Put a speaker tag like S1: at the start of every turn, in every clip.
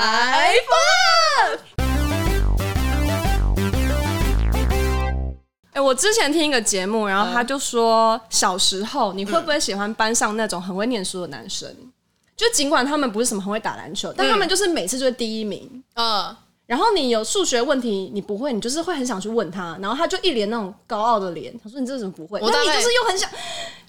S1: Five Up。哎、我之前听一个节目，然后他就说，小时候你会不会喜欢班上那种很会念书的男生？就尽管他们不是什么很会打篮球，但他们就是每次就是第一名。
S2: 嗯，
S1: 然后你有数学问题你不会，你就是会很想去问他，然后他就一脸那种高傲的脸，他说你这怎么不会？
S2: 我
S1: 那
S2: 大
S1: 你
S2: 概
S1: 就是又很想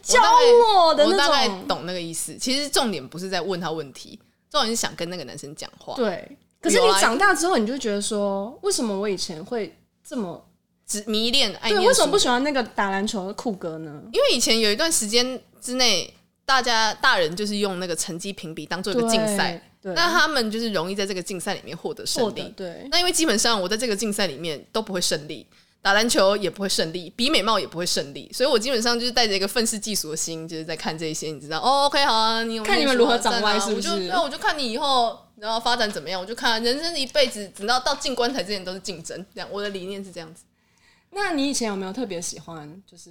S1: 教
S2: 我大概
S1: 我的
S2: 我大
S1: 那
S2: 概
S1: 种，
S2: 懂那个意思。其实重点不是在问他问题，重点是想跟那个男生讲话。
S1: 对。可是
S2: 有
S1: 你
S2: 啊
S1: 长大之后，你就觉得说，为什么我以前会这么
S2: 只迷恋爱
S1: 对？
S2: 念
S1: 为什么
S2: 书
S1: 不喜欢那个打篮球的酷哥呢？
S2: 因为以前有一段时间之内，大家大人就是用那个成绩评比当做一个竞赛，
S1: 对，对
S2: 那他们就是容易在这个竞赛里面获得
S1: 做
S2: 胜
S1: 的
S2: 利。
S1: 对，
S2: 那因为基本上我在这个竞赛里面都不会胜利，打篮球也不会胜利，比美貌也不会胜利，所以我基本上就是带着一个愤世嫉俗的心，就是在看这些，你知道？哦，OK，好啊，你有
S1: 看你
S2: 念
S1: 们
S2: 书
S1: 如何
S2: 啊赞
S1: 长歪
S2: 啊
S1: 是不是
S2: 我就那我就看你以后然后发展怎么样，我就看人生一辈子，直到到进棺材之前都是竞争。这样，我的理念是这样子。
S1: 那你以前有没有特别喜欢，就是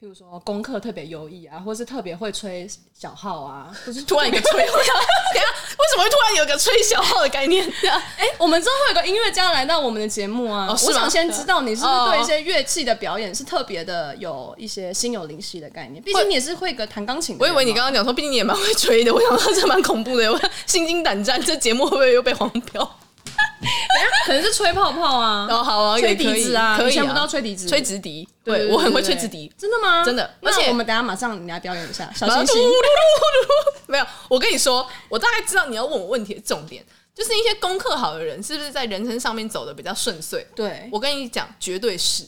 S1: 譬如说功课特别优异啊，或是特别会吹小号啊？或是
S2: 突然一个吹，等一下为什么会突然有个吹小号的概 念？这样
S1: 哎、我们之后会有个音乐家来到我们的节目啊，
S2: 哦是
S1: 我
S2: 吗
S1: 想先知道你是不是
S2: 哦哦
S1: 对一些乐器的表演是特别的有一些心有灵犀的概念？毕竟你也是会个弹钢琴的
S2: 哦我
S1: 人嘛。
S2: 以为你刚刚讲说，毕竟你也蛮会吹的，我想说这蛮恐怖的，我心惊胆战，这节目会不会又被黄标？
S1: 可能是吹泡泡啊，
S2: 哦，好啊，
S1: 吹
S2: 也可
S1: 笛
S2: 以
S1: 子啊，
S2: 可
S1: 以
S2: 以
S1: 前不
S2: 啊
S1: 到，吹笛子，
S2: 吹直笛，
S1: 对，
S2: 对
S1: 对
S2: 我很会
S1: 对
S2: 吹
S1: 对
S2: 直笛。
S1: 真的吗？
S2: 真的
S1: 那
S2: 而且
S1: 我们等一下马上你来表演一下，小
S2: 然后
S1: 星
S2: 嘟
S1: 星
S2: 噜噜。噜噜，没有。我跟你说，我大概知道你要问我问题的重点，就是一些功课好的人，是不是在人生上面走的比较顺遂？
S1: 对，
S2: 我跟你讲，绝对是，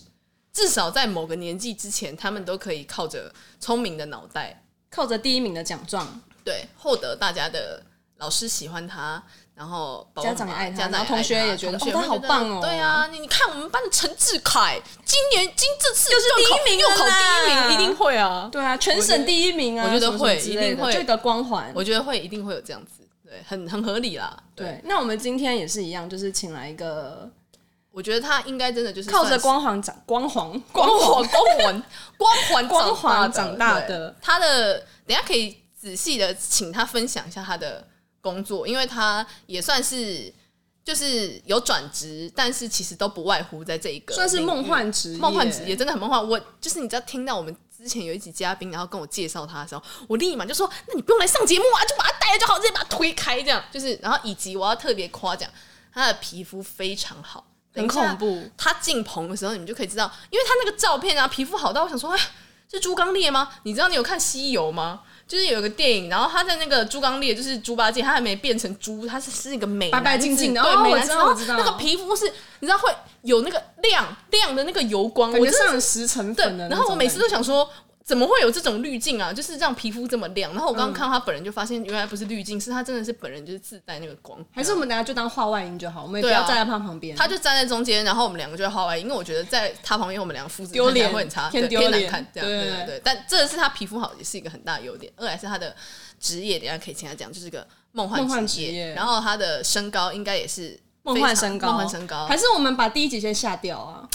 S2: 至少在某个年纪之前，他们都可以靠着聪明的脑袋
S1: 靠着第一名的奖状，
S2: 对，获得大家的老师喜欢他，然后爸爸
S1: 家长
S2: 妈妈
S1: 爱他
S2: 家长
S1: 然后同
S2: 爱
S1: 学
S2: 他
S1: 也觉得
S2: 同
S1: 哦他
S2: 会
S1: 好
S2: 觉得
S1: 棒哦
S2: 对啊，你你看我们班的陈志凯，今年今这次又是
S1: 第一名
S2: 又
S1: 了
S2: 考第一
S1: 啦
S2: 名，一定会啊！
S1: 对啊，全省第一名啊，
S2: 我觉得
S1: 什么什么
S2: 会
S1: 之类的
S2: 一定会
S1: 就一个光环。
S2: 我觉得会一定会有这样子，对，很很合理啦。对，
S1: 对，那我们今天也是一样，就是请来一个
S2: 我觉得他应该真的就是
S1: 靠
S2: 算
S1: 着
S2: 是
S1: 光环长 光环
S2: 光环光环 光环
S1: 光环
S2: 长
S1: 长大
S2: 大的
S1: 的
S2: 对他的等一下可以仔细的请他分享一下他的工作，因为他也算是就是有转职，但是其实都不外乎在这一个
S1: 算是
S2: 领域
S1: 梦幻职业
S2: 梦幻职业，真的很梦幻。我就是你知道听到我们。之前有一集嘉宾，然后跟我介绍他的时候，我立马就说：“那你不用来上节目啊，就把他带来就好，直接把他推开这样。”就是，然后以及我要特别夸奖他的皮肤非常好，
S1: 很恐怖。
S2: 他进棚的时候，你们就可以知道，因为他那个照片啊，皮肤好到我想说，哎，是猪刚鬣吗？你知道你有看《西游》吗？就是有一个电影，然后他在那个猪刚鬣，就是猪八戒，他还没变成猪，他是是一个美
S1: 白白
S2: 男子
S1: 净净的
S2: 对，
S1: 哦
S2: 美
S1: 我
S2: 男
S1: 知
S2: 子
S1: 道
S2: 然后
S1: 我知道
S2: 那个皮肤是，你知道会有那个亮亮的那个油光，
S1: 感
S2: 我
S1: 觉
S2: 真的
S1: 上十成
S2: 对
S1: 粉的。，
S2: 然后我每次都想说，怎么会有这种滤镜啊？就是让皮肤这么亮。然后我刚刚看到他本人，就发现原来不是滤镜，是他真的是本人就是自带那个光，
S1: 还是我们大家就当话外音就好，我们也不
S2: 对啊
S1: 要站在他旁边。
S2: 他就站在中间，然后我们两个就在画外音，因为我觉得在他旁边我们两个肤质
S1: 丢脸
S2: 看起来会很差，
S1: 偏
S2: 对
S1: 丢
S2: 偏难
S1: 脸
S2: 看，这样
S1: 对
S2: 对对对。但这是他皮肤好也是一个很大的优点，二来是他的职业，等一下可以请他讲，就是个梦
S1: 梦幻
S2: 幻
S1: 职业
S2: 业。然后他的身高应该也是
S1: 梦幻身高，
S2: 梦幻身高
S1: 还。是我们把第一集先下掉啊？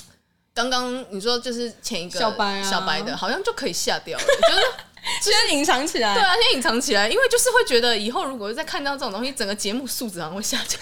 S2: 刚刚你说就是前一个
S1: 小白啊
S2: 小白的，好像就可以下掉了，就是
S1: 先隐藏起来。
S2: 对啊，先隐藏起来，因为就是会觉得以后如果再看到这种东西，整个节目素质好像会下降。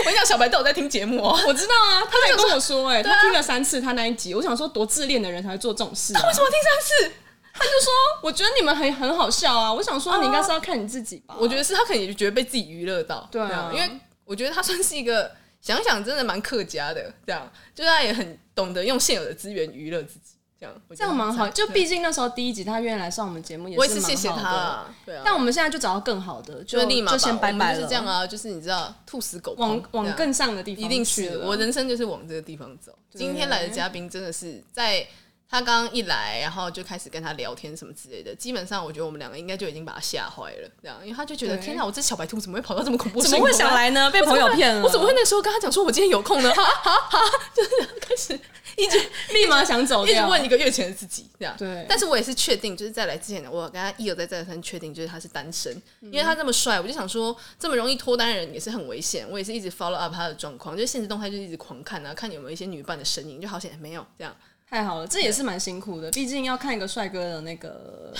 S2: 我跟你讲，小白都有在听节目哦。
S1: 我知道啊，他也
S2: 想说
S1: 跟我说、哎、
S2: 啊
S1: 他听了三次他那一集，我想说多自恋的人才会做这种事、啊。
S2: 为什么听三次？
S1: 他就说，我觉得你们很很好笑啊，我想说你应该是要看你自己吧。
S2: 哦我觉得是他可能也觉得被自己娱乐到，
S1: 对啊
S2: 这样因为我觉得他算是一个想想真的蛮客家的，这样就是他也很懂得用现有的资源娱乐自己，这样我觉
S1: 这
S2: 得
S1: 样蛮好，
S2: 赞
S1: 就毕竟那时候第一集他愿意来上我们节目也
S2: 我也
S1: 是
S2: 是
S1: 蛮好
S2: 谢谢他
S1: 的。
S2: 啦，对啊，
S1: 但我们现在就找到更好的，就
S2: 就立马
S1: 就先
S2: 吧
S1: 拜
S2: 我们
S1: 拜
S2: 就
S1: 了。
S2: 是这样啊，就是你知道吐死狗
S1: 往
S2: 烹这
S1: 往
S2: 样
S1: 更上的地方
S2: 一定
S1: 去
S2: 是
S1: 了
S2: 我人生就是往这个地方走。今天来的嘉宾真的是在他刚刚一来，然后就开始跟他聊天什么之类的。基本上我觉得我们两个应该就已经把他吓坏了，这样，因为他就觉得
S1: 对
S2: 天哪，我这小白兔怎么会跑到这么恐怖？
S1: 怎么会想？来呢？被朋友骗了，
S2: 我怎么会那时候跟他讲说我今天有空呢？哈哈哈，就是开始一直
S1: 立马想走
S2: 一直
S1: 掉？
S2: 问一个月前的自己这样。
S1: 对
S2: 但是我也是确定，就是在来之前，我跟他一而再再而三确定，就是他是单身，
S1: 嗯
S2: 因为他这么帅，我就想说这么容易脱单的人也是很危险。我也是一直 follow up 他的状况，就是现实动态就是一直狂看啊，看有没有一些女伴的身影，就
S1: 嗯
S2: 好险没有这样。
S1: 太好了，这也是蛮辛苦的，毕竟要看一个帅哥的那个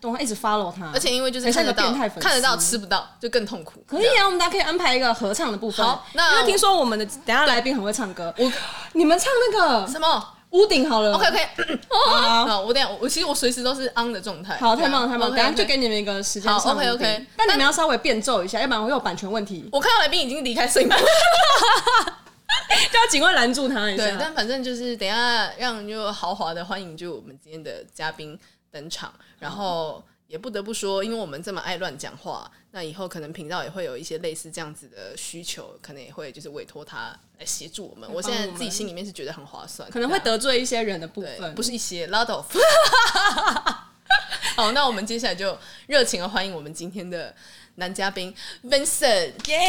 S1: 懂，一直 follow 他，
S2: 而且因为就是
S1: 很像
S2: 看
S1: 一
S2: 得
S1: 个
S2: 到
S1: 变态粉丝
S2: 看得到吃不到，就更痛苦。
S1: 可以啊，我们大家可以安排一个合唱的部分。
S2: 好
S1: 因
S2: 那
S1: 为听说我们的等一下来宾很会唱歌，我你们唱那个
S2: 什么
S1: 屋顶好了
S2: ？OK OK，
S1: 好
S2: 好，我等一下我我其实我随时都是 on 的状态。
S1: 好，太棒了，太棒了！
S2: OK，OK
S1: 等一下就给你们一个时间唱
S2: 好，OK，
S1: 屋顶
S2: OK
S1: 但你们要稍微变奏一下，要不然会有版权问 题，
S2: 我看到来宾已经离开摄影棚，
S1: 叫警官拦住他一
S2: 对，
S1: 下。
S2: 但反正就是等一下让就豪华的欢迎就我们今天的嘉宾登场，然后也不得不说，因为我们这么爱乱讲话，那以后可能频道也会有一些类似这样子的需求，可能也会就是委托他来协助我们。我现在自己心里面是觉得很划算，
S1: 可能会
S2: 对啊
S1: 得罪一些人的部
S2: 对，
S1: 分，
S2: 不是一些 lot of。好，那我们接下来就热情的欢迎我们今天的男嘉宾 Vincent。
S1: 耶！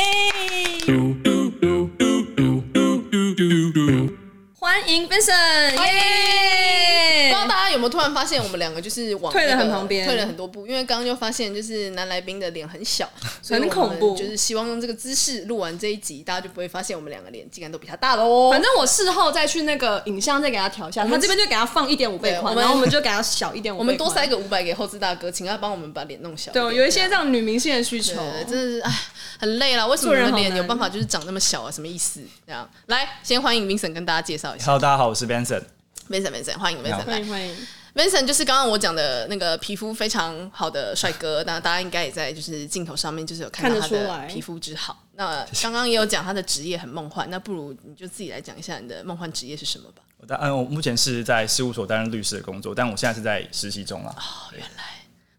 S1: 欢迎 Vincent，耶
S2: 不知道大家有没有突然发现，我们两个就是往
S1: 退了
S2: 那个
S1: 很旁边
S2: 退了很多步，因为刚刚就发现，就是男来宾的脸 很小，所以
S1: 很
S2: 我们
S1: 恐怖
S2: 就是希望用这个姿势录完这一集，大家就不会发现我们两个脸竟然都比他大哦喽。
S1: 反正我事后再去那个影像再给他调一下，他这边就给他放一点五倍
S2: 对
S1: 宽，
S2: 我们
S1: 然后我们就给他小一点五，
S2: 我们多塞。个五百给后置大哥，请他帮我们把脸弄小。
S1: 对，哦有一些这样女明星的需求
S2: 对。对，真的是哎，很累了。为什么
S1: 做人
S2: 人
S1: 好
S2: 脸有
S1: 难
S2: 办法就是长那么小啊？什么意思？这样来，先欢迎 Vincent 跟大家介绍一下。
S3: Hello，大家好，我是 Benson。
S2: Vincent Vincent，欢迎 Vincent
S1: 欢
S2: 来
S1: 迎。欢迎，
S2: Vincent 就是刚刚我讲的那个皮肤非常好的帅哥，那大家应该也在就是镜头上面就是有看到他
S1: 看得出
S2: 的
S1: 来
S2: 皮肤之好。那刚刚也有讲他的职业很梦幻，那不如你就自己来讲一下你的梦幻职业是什么吧。
S3: 我在嗯，我目前是在事务所担任律师的工作，但我现在是在实习中啦。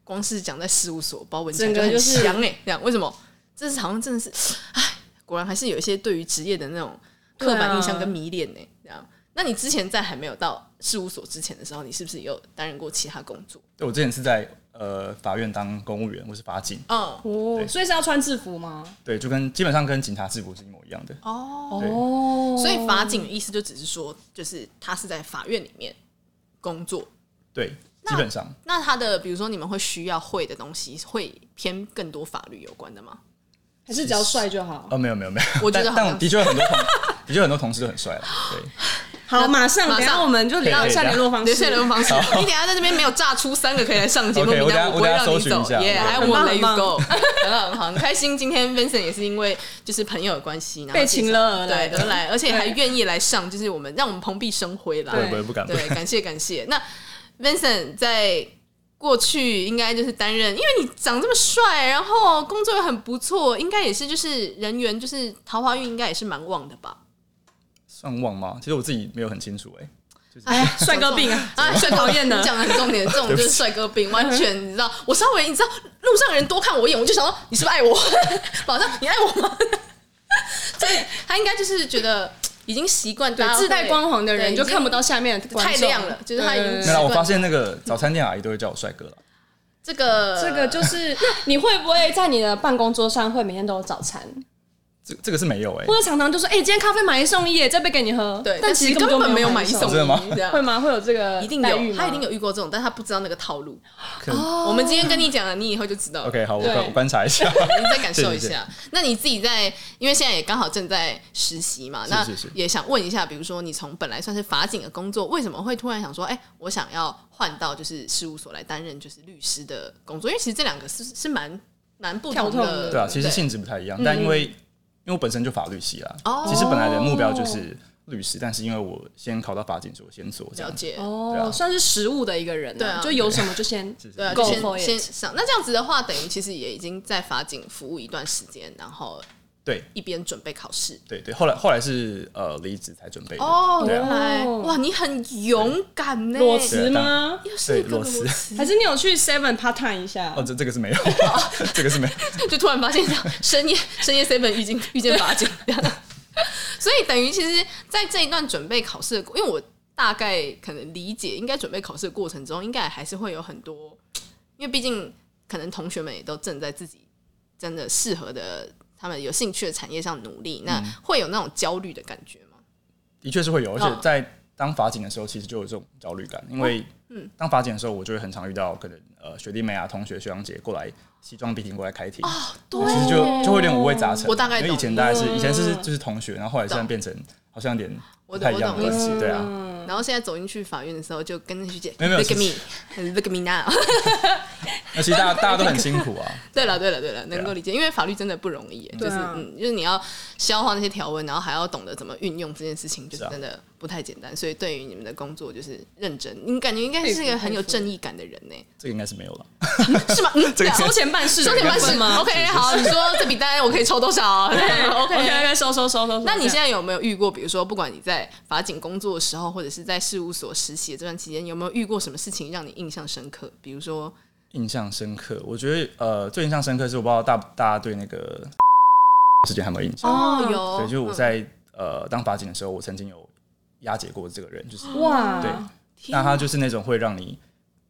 S2: 光是讲在事务所包文章
S1: 整个
S2: 很
S1: 就是
S2: 香哎、欸，这样为什么？这是好像真的是，唉，果然还是有一些对于职业的那种刻板印象跟迷恋呢、欸。这样，那你之前在还没有到事务所之前的时候，你是不是也有担任过其他工作？
S3: 对我之前是在呃法院当公务员，我是法警，
S2: 嗯，
S1: 哦，所以是要穿制服吗？
S3: 对，就跟基本上跟警察制服是一模一样的。对
S1: 哦，
S2: 所以法警的意思就只是说，就是他是在法院里面工作。
S3: 对，基本上
S2: 那他的，比如说你们会需要会的东西，会偏更多法律有关的吗？
S1: 还是只要帅就好。
S3: 哦，没有没有没有，
S2: 我觉得
S3: 但
S2: 好像
S3: 但我的确有很 多同，的确有很多同事都很帅啦。对，
S1: 好，马上，
S2: 马上
S1: 等一下我们就聊一下
S3: 可以
S1: 联络方
S2: 留
S1: 式。
S2: 下联络方式，你等一下在这边没有炸出三个可以来上节目
S3: OK，
S2: 名
S3: 我等
S2: 单，
S3: 下
S2: 不会
S3: 我等
S2: 让你
S3: 下搜寻
S2: 走
S3: 一。下
S2: Yeah，I
S1: 很
S2: will
S1: 棒
S2: let
S1: 很
S2: you
S1: 棒
S2: go。很好，很好，很开心。今天 Vincent 也是因为就是朋友的关系，然后
S1: 被情勒而来
S2: 对而来，而且还
S1: 对
S2: 愿意来上，就是我们让我们蓬荜生辉啦。
S3: 不会不会不敢不
S2: 对，
S3: 敢。
S2: 感谢感谢。那 Vincent 在过去应该就是担任，因为你长这么帅，然后工作又很不错，应该也是就是人缘就是桃花运应该也是蛮旺的吧？
S3: 算旺吗？其实我自己没有很清楚哎、
S2: 哎，
S1: 帅哥病啊，
S2: 啊，
S1: 最讨厌的
S2: 你讲的很重点，这种就是帅哥病， 完全你知道，我稍微你知道路上人多看我一眼，我就想到你是不是爱 我？马上你爱我吗？ 所以他应该就是觉得已经习惯大
S1: 对
S2: 家会
S1: 自带光环的
S2: 对
S1: 人就
S2: 已经
S1: 看不到下面的观
S2: 太
S1: 众
S2: 亮了，就是他已经
S1: 对
S3: 没有啦，
S2: 习
S3: 我
S2: 惯
S3: 发现那个早餐店阿姨都会叫我帅哥了。
S2: 这个
S1: 这个就是， 那你会不会在你的办公桌上会每天都有早餐，
S3: 这这个是没有哎、
S1: 或者常常就说，哎，今天咖啡买一送一耶，再杯给你喝。
S2: 对，
S1: 但
S2: 其
S1: 其
S2: 实
S1: 实
S2: 根
S1: 根
S2: 本
S1: 本
S2: 没有
S1: 有
S2: 买
S1: 一
S2: 送
S1: 送
S3: 一，真的吗
S2: 这 样
S1: 会吗？会有这个
S2: 一定
S1: 待遇
S2: 有，
S1: 吗
S2: 他一定。有遇过这种，但他不知道那个套路。
S3: 可能
S2: 我们今天跟你讲了，你以后就知道了。
S3: OK，好，我
S1: 对
S3: 观我观察 一下。
S2: 你再感受一
S3: 是是
S2: 下。那你自己在，因为现在也刚好正在实习嘛，那
S3: 是是
S2: 也想问一下，比如说你从本来算是法警的工作，为什么会突然想说，哎、我想要换到就是事务所来担任就是律师的工作？因为其实这两个是是蛮蛮不同
S1: 跳痛的
S2: 的，
S3: 对啊，其实
S2: 对嗯
S3: 性质不太一样，但因为因为我本身就法律系啦，
S2: 哦
S3: 其实本来的目标就是律师，但是因为我先考到法警所，先做这
S2: 了
S3: 样子。
S2: 解。
S3: 对
S1: 哦，
S3: 啊
S1: 算是实物的一个人啊，
S2: 对啊
S1: 就有什么就先
S3: 是
S2: 对啊，就
S1: Go
S2: 先
S1: for it
S2: 先上。那这样子的话，等于其实也已经在法警服务一段时间，然后
S3: 对
S2: 一边准备考试。
S1: 啊
S3: 对对，后来后来是呃离职才准备的
S2: 哦，
S3: 对
S2: 原
S3: 啊，
S2: 来哇，你很勇敢呢，
S1: 裸辞吗？
S2: 又是一个
S3: 对
S2: 裸
S3: 裸辞
S2: 辞，
S1: 还是你有去 Seven part time 一下
S3: 哦？这这个是没有，这个是没有，
S2: 就突然发现这样深夜深夜 seven 遇见遇见法警这样， 所以等于其实，在这一段准备考试的过，因为我大概可能理解，应该准备考试的过程中，应该还是会有很多，因为毕竟可能同学们也都正在自己真的适合的他们有兴趣的产业上努
S3: 嗯
S2: 力，那会有那种焦虑的感觉吗？
S3: 的确是会有，而
S2: 哦
S3: 且在当法警的时候，其实就有这种焦虑感，因为
S2: 嗯
S3: 当法警的时候，我就会很常遇到可能呃学弟妹啊、同学、学长姐过来西装笔挺过来开庭，
S2: 对
S3: 其实就就会有点五味杂陈。
S2: 哦我大概
S3: 因
S2: 懂
S3: 为以前大概是
S1: 嗯
S3: 以前是就是同学，然后后来现在变成好像有点
S2: 我
S3: 不
S2: 懂
S3: 太一样的
S2: 我懂
S3: 关系，对啊。
S1: 嗯
S2: 然后现在走进去法院的时候，就跟那学姐
S3: 没有没有
S2: look at
S3: 是
S2: me，look at me now。
S3: 那其实 大家大家都很辛苦啊，
S2: 对了，对了，对了，能
S3: 对
S2: 够
S3: 啊
S2: 理解，因为法律真的不容易耶，就
S1: 对
S2: 是
S1: 啊
S2: 嗯，就是你要消化那些条文，然后还要懂得怎么运用这件事情，就是
S3: 是啊
S2: 真的不太简单。所以对于你们的工作，就是认真，你感觉应该是一个很有正义感的人呢，
S3: 这个应该是没有了。
S2: 是吗？嗯，对啊
S1: 收钱办事，
S2: 收钱办事
S1: 吗
S2: ？OK，好，你说这笔单我可以抽多少
S1: ？OK OK，收收收收收。
S2: 那你现
S1: 在
S2: 在有没有遇过，比如说，不管你在法警工作的时候，或者是在事务所实习的这段期间，有没有遇过什么事情让你印象深刻？比如说，
S3: 印象深刻，我觉得呃最印象深刻是我不知道大大家对那个事件还有没有印象？
S1: 哦
S2: 有，
S3: 对，就是
S2: 嗯
S3: 我在、呃当法警的时候，我曾经有押解过这个人，就是
S1: 哇，
S3: 对，那他就是那种会让你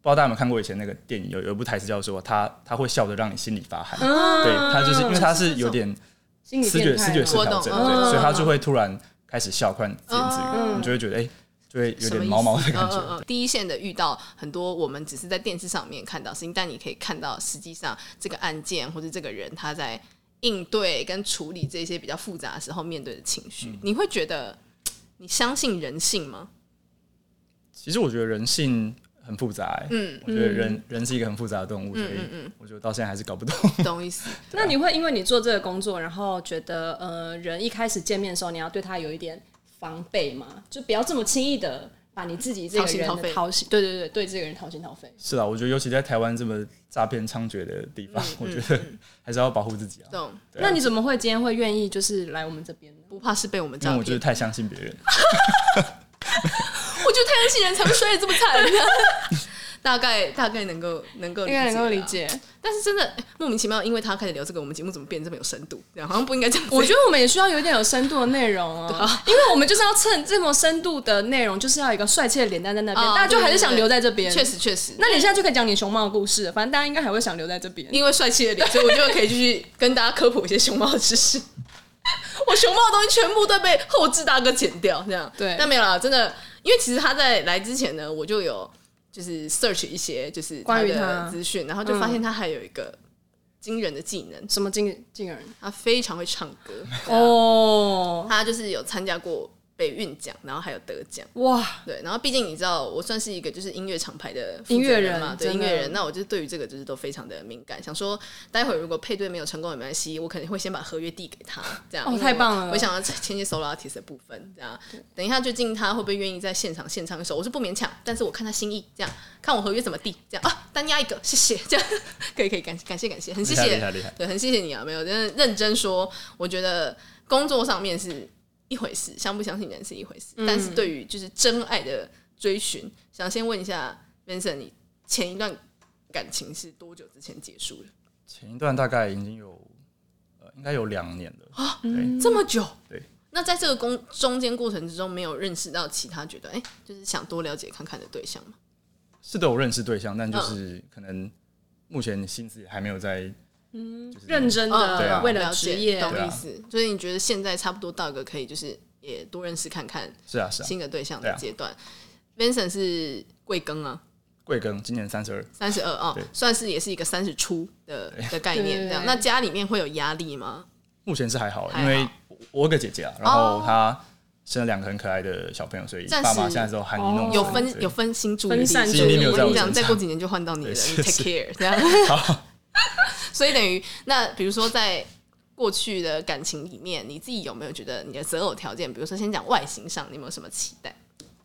S3: 不知道大家有没有看过以前那个电影，有有一部台词叫做他他会笑得让你心里发寒，
S1: 嗯，
S3: 对他就是因为他是
S2: 啊这种
S3: 有点
S1: 心理
S3: 视
S1: 变
S3: 觉
S1: 态啊
S3: 视觉失
S2: 我
S3: 调
S2: 懂
S3: 症，
S2: 嗯
S3: 对，
S2: 嗯
S3: 所以他
S2: 嗯
S3: 就会突然开始笑，快自言自语，
S1: 嗯
S3: 你就会觉得哎、就会有
S2: 什么
S3: 点
S2: 意
S3: 毛毛
S2: 思
S3: 的感觉。
S2: 嗯嗯嗯。第一线的遇到很多我们只是在电视上面看到的事情，但你可以看到实际上这个案件或者这个人他在应对跟处理这些比较复杂的时候面对的情绪，
S3: 嗯
S2: 你会觉得嘖你相信人性吗？
S3: 其实我觉得人性很复杂、欸，
S2: 嗯，
S3: 我觉得人、人是一个很复杂的动物，所以
S2: 嗯嗯
S3: 我觉得到现在还是搞不懂。
S2: 懂意思？
S1: 那你会因为你做这个工作，然后觉得呃，人一开始见面的时候，你要对他有一点防备嘛，就不要这么轻易的把你自己这个人
S2: 掏心掏
S1: 的
S2: 肺
S1: 掏心，对对对，对这个人掏心掏肺。
S3: 是啊，我觉得尤其在台湾这么诈骗猖獗的地方，我觉得还是要保护自己啊，
S2: 嗯懂？
S3: 对啊
S1: 那你怎么会今天会愿意就是来我们这边呢？
S2: 不怕是被我们
S3: 因为
S2: 诈
S3: 我就是
S2: 骗？
S3: 太相信别人。
S2: 我觉得太阳系人才会摔得这么惨。 大概大概能够能够理解啦，啊
S1: 解，啊
S2: 但是真的、哎莫名其妙，因为他开始聊这个，我们节目怎么变得这么有深度？这样好像不应该这样 子。
S1: 我觉得我们也需要有一点有深度的内容啊， 因为我们就是要趁这么深度的内容，就是要有一个帅气的脸蛋在那边，
S2: 啊
S1: 大家就还是想留在这
S2: 得
S1: 边。
S2: 确，实确实，
S1: 那你现在就可以讲你熊猫的故事，反正大家应该还会想留在这边。
S2: 因为帅气的脸，所以我就可以继续跟大家科普一些熊猫的 知识。我熊猫的东西全部都被后置大哥剪掉，这样
S1: 对
S2: 但没有啦，真的，因为其实他在来之前呢，我就有就是 search 一些就是
S1: 关于
S2: 的
S1: 他嗯
S2: 资讯，然后就发现他还有一个惊人的技能，
S1: 什么进进人？
S2: 他非常会唱歌，
S1: 哦，
S2: 他就是有参加过北运奖，然后还有得奖。
S1: 哇，
S2: 对，然后毕竟你知道，我算是一个就是音乐厂牌的负责
S1: 音乐
S2: 人
S1: 人
S2: 嘛，对
S1: 真
S2: 音
S1: 的
S2: 乐人，那我就是对于这个就是都非常的敏感，想说待会儿如果配对没有成功也没关系，我肯定会先把合约递给 他，这样
S1: 哦
S2: 因为
S1: 太
S2: 我
S1: 棒了
S2: 我想要签接 solo artist 的部分，这样等一下究竟他会不会愿意在现场献唱一首，我是不勉强，但是我看他心意，这样看我合约怎么递，这样啊，单押一个，谢谢，这样 可以可以，感感谢感谢，很谢
S3: 厉害
S2: 谢
S3: 厉害厉害
S2: 对，很谢谢你啊，没有真的认真说，我觉得工作上面是一回事，相不相信人是一回事，
S1: 嗯
S2: 但是对于就是真爱的追寻，想先问一下 Vincent，你前一段感情是多久之前结束的？
S3: 前一段大概已经有呃，应该有两年
S2: 哦
S3: 了，对，
S2: 这么久？
S3: 对。
S2: 那在这个工中间过程之中，没有认识到其他觉得哎、就是想多了解看看的对象吗？
S3: 是都有认识对象，但就是
S2: 嗯
S3: 可能目前心思也还没有在，嗯，就是
S1: 认真
S3: 对
S1: 的
S3: 啊
S1: 为了职业，
S2: 懂
S3: 对啊
S2: 意思？所以你觉得现在差不多到一个可以就是也多认识看看
S3: 是啊是啊，
S2: 新的对象
S3: 对
S2: 的
S3: 啊
S2: 阶段。Vincent 是贵庚啊，
S3: 贵庚今年三十二，
S2: 三十二啊
S3: 对，
S2: 算是也是一个三十出的的概念这样。
S1: 对
S2: 那家里面会有压力吗？
S3: 目前是还好，
S2: 还好哦
S3: 因为我我有个姐姐啊，然后她生了两个很可爱的小朋友，所以
S2: 暂
S3: 爸
S2: 时
S3: 妈现在都含饴弄孙，
S2: 有分
S3: 对
S2: 有分心注意力，
S1: 分散
S2: 我
S1: 注意力
S2: 跟
S1: 没有在
S2: 你
S3: 我
S2: 讲，
S3: 身上
S2: 再过几年就换到你了，
S3: 对
S2: 你
S3: 是
S2: take care 这样。 所以等于那比如说在过去的感情里面，你自己有没有觉得你的择偶条件，比如说先讲外形上，你有没有什么期待？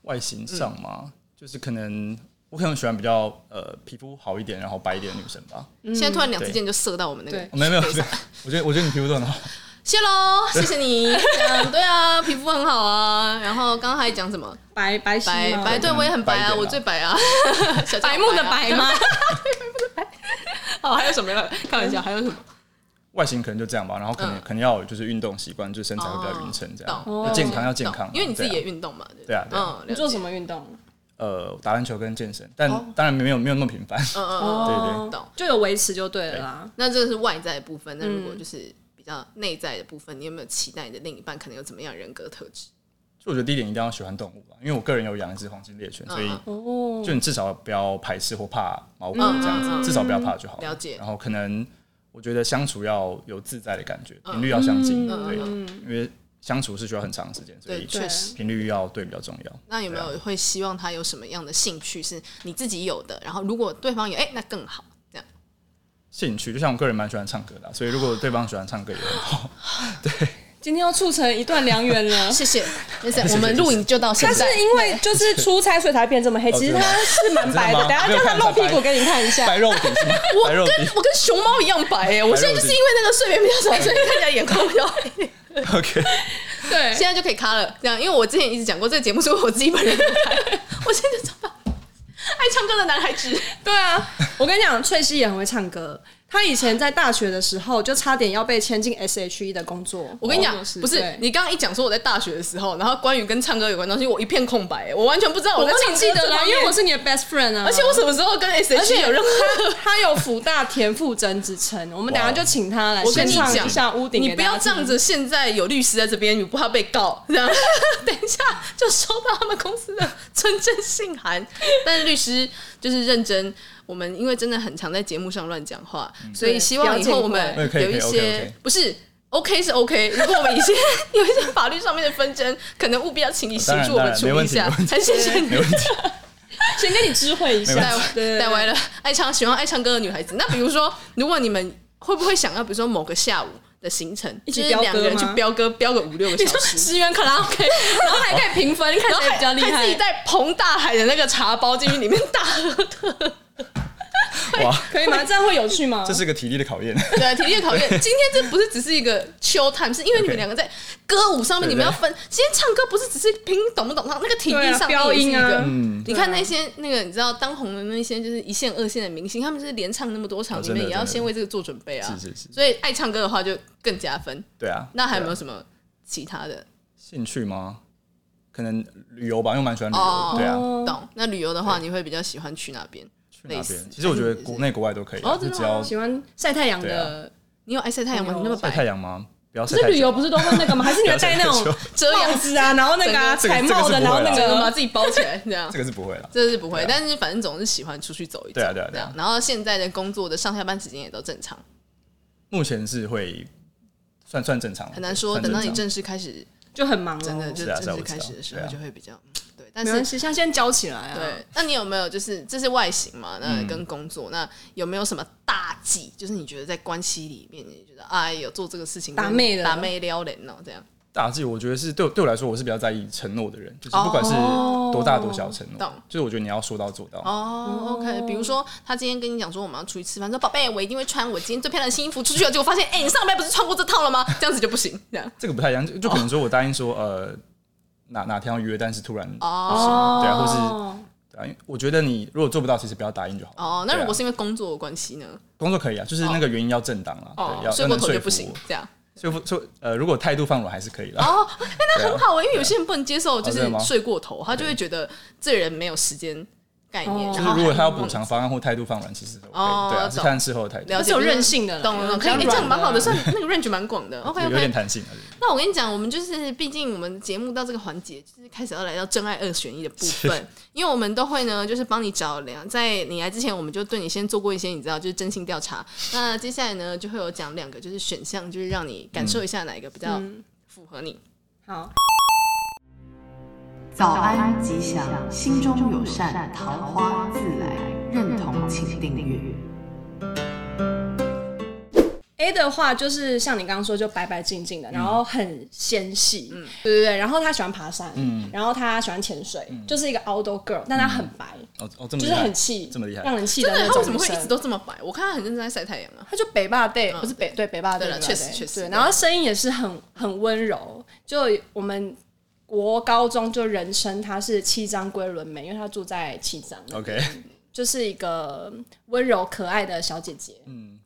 S3: 外形上嘛，就是可能我可能喜欢比较呃皮肤好一点，然后白一点的女生吧。
S2: 现在突然两支
S3: 对
S2: 箭就射到我们那个
S1: 嗯对
S3: 哦 没有没有，对我觉得我觉得你皮肤都很好，
S2: 谢喽，谢谢你。嗯，对啊，皮肤很好啊。然后刚刚还讲什么
S1: 白白皙
S2: 白
S1: 吗
S2: 白，对我也很白
S3: 白一
S2: 啊，
S3: 点啊
S2: 我最白啊， 小
S1: 白目的
S2: 白啊
S1: 白吗？
S2: 哦，还有什么要开玩
S1: 嗯
S2: 笑？还有什么？
S3: 外形可能就这样吧，然后可能、
S2: 嗯哦
S3: 可能要有就是运动习惯，就是身材会比较匀称这样，
S2: 懂
S3: 要健康要健康，
S2: 因为你自己
S3: 对
S2: 也
S3: 啊
S2: 运动嘛，对不
S3: 对啊对啊
S2: 嗯，
S1: 你做什
S2: 么？
S1: 么运动？
S3: 呃打篮球跟健身，但、
S2: 哦
S3: 当然没有没有那么频繁。
S2: 嗯嗯嗯。
S1: 哦，
S2: 对对懂
S1: 就有维持就对了啦。
S2: 那这个是外在的部分，那如果就是比较内在的部分，你有没有期待你的另一半可能有怎么样人格特质？
S3: 啊就我觉得第一点一定要喜欢动物吧，因为我个人有养一只黄金猎犬，所以
S2: 嗯
S1: 哦，
S3: 就你至少不要排斥或怕毛孔
S2: 嗯
S3: 这样子，
S2: 嗯嗯
S3: 至少不要怕就好
S2: 了解
S3: 然后可能我觉得相处要有自在的感觉，频率要相近，对，因为相处是需要很长的时间，所以
S2: 对确
S1: 实
S3: 频率要对比较重要。
S2: 那有没有会希望他有什么样的兴趣是你自己有的？然后如果对方有，哎、那更好。这样
S3: 兴趣？就像我个人蛮喜欢唱歌的啊、所以如果对方喜欢唱歌也很好。
S1: 今天要促成一段良缘 了。
S2: 谢 谢，没事，我们录影就到现
S1: 但是
S2: 在。
S1: 因为就是出差，所以才变这么黑。其实
S3: 真的吗
S1: 他是蛮白的，等
S3: 真的吗
S1: 下叫他露屁
S3: 没有
S1: 股
S3: 看到白
S1: 给你看一下。
S3: 白肉饼是吗？白肉饼。
S2: 我跟熊猫一样白哎、我现在就是因为那个睡眠比较少，所以看起来眼眶比较黑。
S3: OK，
S1: 对
S2: 现在就可以卡了，这样，因为我之前一直讲过，这个节目是我自己本人开，我现在找到爱唱歌的男孩子，
S1: 对啊，我跟你讲，翠西也很会唱歌。她以前在大学的时候，就差点要被签进 SHE 的工作。
S2: 我跟你讲
S1: 工作，室
S2: 不是
S1: 哦对
S2: 你刚刚一讲说我在大学的时候，然后关于跟唱歌有关的东西，我一片空白、欸我完全不知道
S1: 我
S2: 在
S1: 跟
S2: 唱
S1: 你
S2: 歌
S1: 记得
S2: 这
S1: 啦，
S2: 方
S1: 因
S2: 面
S1: 为我是你的 best friend 啊。
S2: 而且我什么时候跟 S
S1: 而
S2: H
S1: 且
S2: 有任何？
S1: 她她有福大田馥甄之称，我们等一下就请她来
S2: 我
S1: 献
S2: 跟你
S1: 唱
S2: 讲
S1: 一下屋顶。
S2: 你不要这样，子，现在有律师在这边，你不怕被告？这样， 等一下就收到他们公司的 存证信函。但是律师就是认真，我们因为真的很常在节目上乱讲话，所以希望以后我们
S3: 对嗯哎可以
S2: 有一
S3: 可以
S2: 些
S3: OK，OK
S2: 不是。OK 是 OK，如果我们一些 有一些法律上面的纷争，可能务必要请你协助我们
S3: 哦当然当然
S2: 处理
S3: 没
S2: 一
S3: 问题
S2: 下
S3: 没问。题
S2: 很谢谢你
S3: 没。问题。
S1: 先跟你知会一下
S3: 没
S2: 带
S3: 问。
S1: 对对
S2: 带歪了，爱唱喜欢爱唱歌的女孩子。那比如说，如果你们会不会想要，比如说某个下午的行程，
S1: 一
S2: 就
S1: 起
S2: 是
S1: 飙歌
S2: 两个人去
S1: 吗
S2: 飙歌，飙个五六 个
S1: 你
S2: 小
S1: 说
S2: 时，
S1: 十元卡拉 OK，然后还可以评分，看
S2: 然后
S1: 谁
S2: 还
S1: 比较厉
S2: 还自己
S1: 害。
S2: 带彭大海的那个茶包进去里面大喝特喝。
S3: 哇，
S1: 可以吗？这样会有趣吗？
S3: 这是个体力的考验。
S2: 对，体力的考验。今天这不是只是一个 show time，是因为你们
S3: OK
S2: 两个在歌舞上面，
S3: 对
S2: 你们要分。今天唱歌不是只是拼懂不懂唱，那个体力上
S1: 对啊飙
S2: 面也是一
S1: 音啊
S2: 个。
S3: 嗯，
S2: 你看那些那个，你知道当红的那些，就是一线、二线的明星，他们就是连唱那么多场，
S3: 哦
S2: 你
S3: 真的
S2: 们也要
S3: 真的
S2: 先为这个做准备啊。
S3: 是是是，
S2: 所以爱唱歌的话就更加分。
S3: 对啊。
S2: 那还有没
S3: 对
S2: 有
S3: 啊
S2: 什么其他的？
S3: 兴趣吗？可能旅游吧，因为我蛮喜欢旅游
S2: 哦
S3: 的。对啊，
S1: 哦
S2: 懂？那旅游的话，你会比较喜欢去哪边？
S3: 去那
S2: 类似
S3: 边。其实我觉得国内国外都可以啊，
S1: 哦，
S3: 就
S1: 真
S3: 只
S1: 的吗
S3: 要
S1: 喜欢晒太阳
S3: 对啊
S1: 的。
S2: 你有爱晒太阳吗？
S1: 没有
S2: 你那么
S3: 晒太
S2: 白，
S3: 阳啊吗？不要
S1: 可
S3: 啊晒
S1: 是
S3: 太久。
S1: 旅游不是都会那个吗？还是你会戴那种
S2: 遮
S1: 帽
S2: 阳
S1: 子啊，然后那个啊
S3: 这个
S1: 彩帽的，
S3: 这个是
S1: 然
S3: 不
S1: 后
S3: 会啦
S1: 那
S2: 整个把
S1: 个
S2: 自己包起来，这样
S3: 这。个是不会了。
S2: 这是不会
S3: 对，啊
S2: 但是反正总是喜欢出去走一走，
S3: 对啊对啊对啊
S2: 这样然后现在的工作的上下班时间也都正常，
S3: 目前是会算算正常，
S2: 很难说
S3: 算
S2: 等到你
S3: 正常
S2: 正式开始，
S1: 就很忙
S2: 真的
S1: 哦
S2: 就
S3: 啊是啊
S2: 正式
S3: 我知道
S2: 开始的时候
S3: 对啊
S2: 就会比较嗯对。但
S1: 没
S2: 是
S1: 关系，像现在教起来啊。
S2: 对，那你有没有就是这是外形嘛？那
S3: 嗯
S2: 跟工作，那有没有什么大忌？就是你觉得在关系里面，你觉得哎呦做这个事情
S1: 打妹了
S2: 打妹撩人哦，这样
S3: 大忌，我觉得是对我对我来说，我是比较在意承诺的人，就是不管是多大多小的承诺，
S2: 懂
S3: 就是我觉得你要说到做到。
S2: 哦，OK。比如说他今天跟你讲说我们要出去吃饭，说宝贝，我一定会穿我今天最漂亮的新衣服出去了，结果发现哎，你上班不是穿过这套了吗？这样子就不行，这样
S3: 这个不太一样，就就可能说我答应说呃哪哪天要约，但是突然
S2: 哦
S3: 对啊或是对啊，因为我觉得你如果做不到，其实不要答应就好。
S2: 哦。那如果
S3: 对啊
S2: 是因为工作的关系呢？
S3: 工作可以啊，就是那个原因要正当啊，
S2: 哦
S3: 对，要
S2: 睡
S3: 要
S2: 过
S3: 能
S2: 头
S3: 说
S2: 就
S3: 服
S2: 不行
S3: 我，
S2: 这样。
S3: 说服说呃，如果态度放软还是可以啦。
S2: 哦，哎那
S3: 对啊哦
S2: 很好欸，因为有些人不能接受，就
S3: 真
S2: 是
S3: 的吗
S2: 睡过头，他就会觉得这人没有时间概念。
S1: 哦
S2: 然
S3: 就
S2: 后
S3: 是如果
S2: 还
S3: 他要
S2: 忘
S3: 补
S2: 记
S3: 偿方案或态度放软，其实都 OK，
S2: 哦
S3: 对啊，
S2: 懂
S3: 是看事后的态度，
S2: 了解
S1: 是有任性的啦
S2: 懂懂懂，可以，
S1: 有
S2: 哎
S1: 比
S2: 这
S1: 较软的
S2: 样蛮 好的，算那个 range 蛮广的。OK
S3: 啊有点
S2: OK，
S3: 弹性啊。
S2: 那我跟你讲，我们就是毕竟我们节目到这个环节，就是开始要来到真爱二选一的部分，因为我们都会呢，就是帮你找两，在你来之前，我们就对你先做过一些你知道，就是真心调查。那接下来呢，就会有讲两个就是选项，就是让你感受一下哪一个比较
S1: 嗯，
S2: 符合你。
S1: 好，
S4: 早安吉祥，心中有善，桃花自来。认同请订阅。
S1: A 的话就是像你刚刚说，就白白净
S3: 嗯
S1: 净的，然后很纤细，对对对。然后他喜欢爬山，
S3: 嗯
S1: 然后他喜欢潜水，就是一个 outdoor girl，但他很白，
S3: 哦哦，这
S1: 就
S3: 么厉
S1: 是
S3: 害
S1: 很气，
S3: 这么厉害
S1: 让人气
S2: 真
S1: 的
S2: 的，
S1: 那
S2: 他为
S1: 种
S2: 什么
S1: 女
S2: 会一
S1: 生
S2: 直。都这么白？我看他很认真在晒太阳啊。
S1: 他就北霸 day，、
S2: 嗯
S1: 不是北对北霸 day，
S2: 对了
S1: 北霸
S2: 确实
S1: day，
S2: 确实
S1: 对
S2: 对
S1: 然后声音也是很很温柔，就我们国高中就人称他是七张龟轮美，因为他住在七张，
S3: OK，
S1: 就是一个温柔可爱的小姐姐。
S3: 嗯，